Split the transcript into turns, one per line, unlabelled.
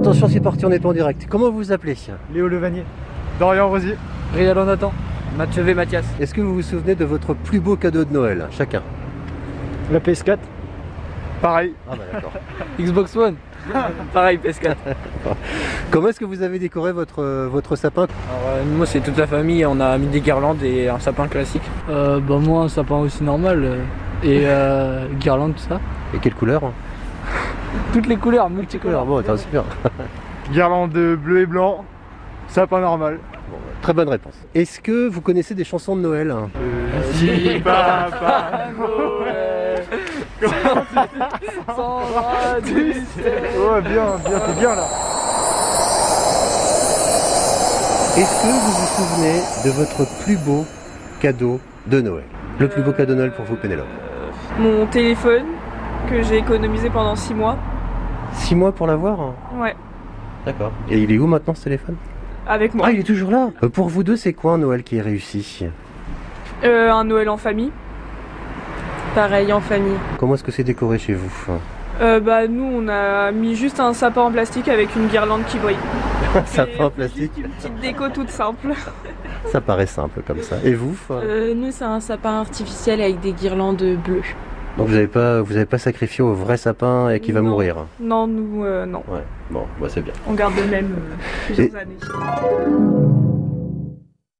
Attention, c'est parti, on est pas en direct. Comment vous vous appelez
Léo Levanier, Dorian Rosier,
Rial Nathan, Mathieu V. Mathias.
Est-ce que vous vous souvenez de votre plus beau cadeau de Noël, chacun
la PS4, pareil,
Ah bah d'accord.
Xbox One. Pareil, PS4.
Comment est-ce que vous avez décoré votre, euh, votre sapin
Alors, euh, moi, c'est toute la famille. On a mis des guirlandes et un sapin classique.
Euh, bah moi un sapin aussi normal euh, et euh, guirlande tout ça.
Et quelle couleur hein
Toutes les couleurs,
Couleur,
multicolores.
bon, bah, attends, super.
guirlande bleu et blanc, sapin normal.
bah, Très bonne réponse. Est-ce que vous connaissez des chansons de Noël hein
Dis papa, ouais bien, bien, t'es bien là.
Est-ce que vous vous souvenez de votre plus beau cadeau de Noël Le plus beau cadeau de Noël pour vous, Pénélope
mon téléphone que j'ai économisé pendant 6 mois.
Six mois pour l'avoir hein
Ouais,
D'accord. Et il est où maintenant ce téléphone
avec moi.
Ah, il est toujours là Euh, Pour vous deux, c'est quoi un Noël qui est réussi
Euh, un Noël en famille. Pareil en famille.
Comment est-ce que c'est décoré chez vous
Euh, bah nous on a mis juste un sapin en plastique avec une guirlande qui brille.
Un sapin en
Et
plastique
Une petite déco toute simple.
Ça paraît simple comme ça. Et vous
Euh, nous, c'est un sapin artificiel avec des guirlandes bleues.
Donc vous n'avez pas, vous avez pas sacrifié au vrai sapin et qui va
Non.
mourir
Non nous euh, non,
Ouais, bon, bah c'est bien.
on garde le même euh, plusieurs années.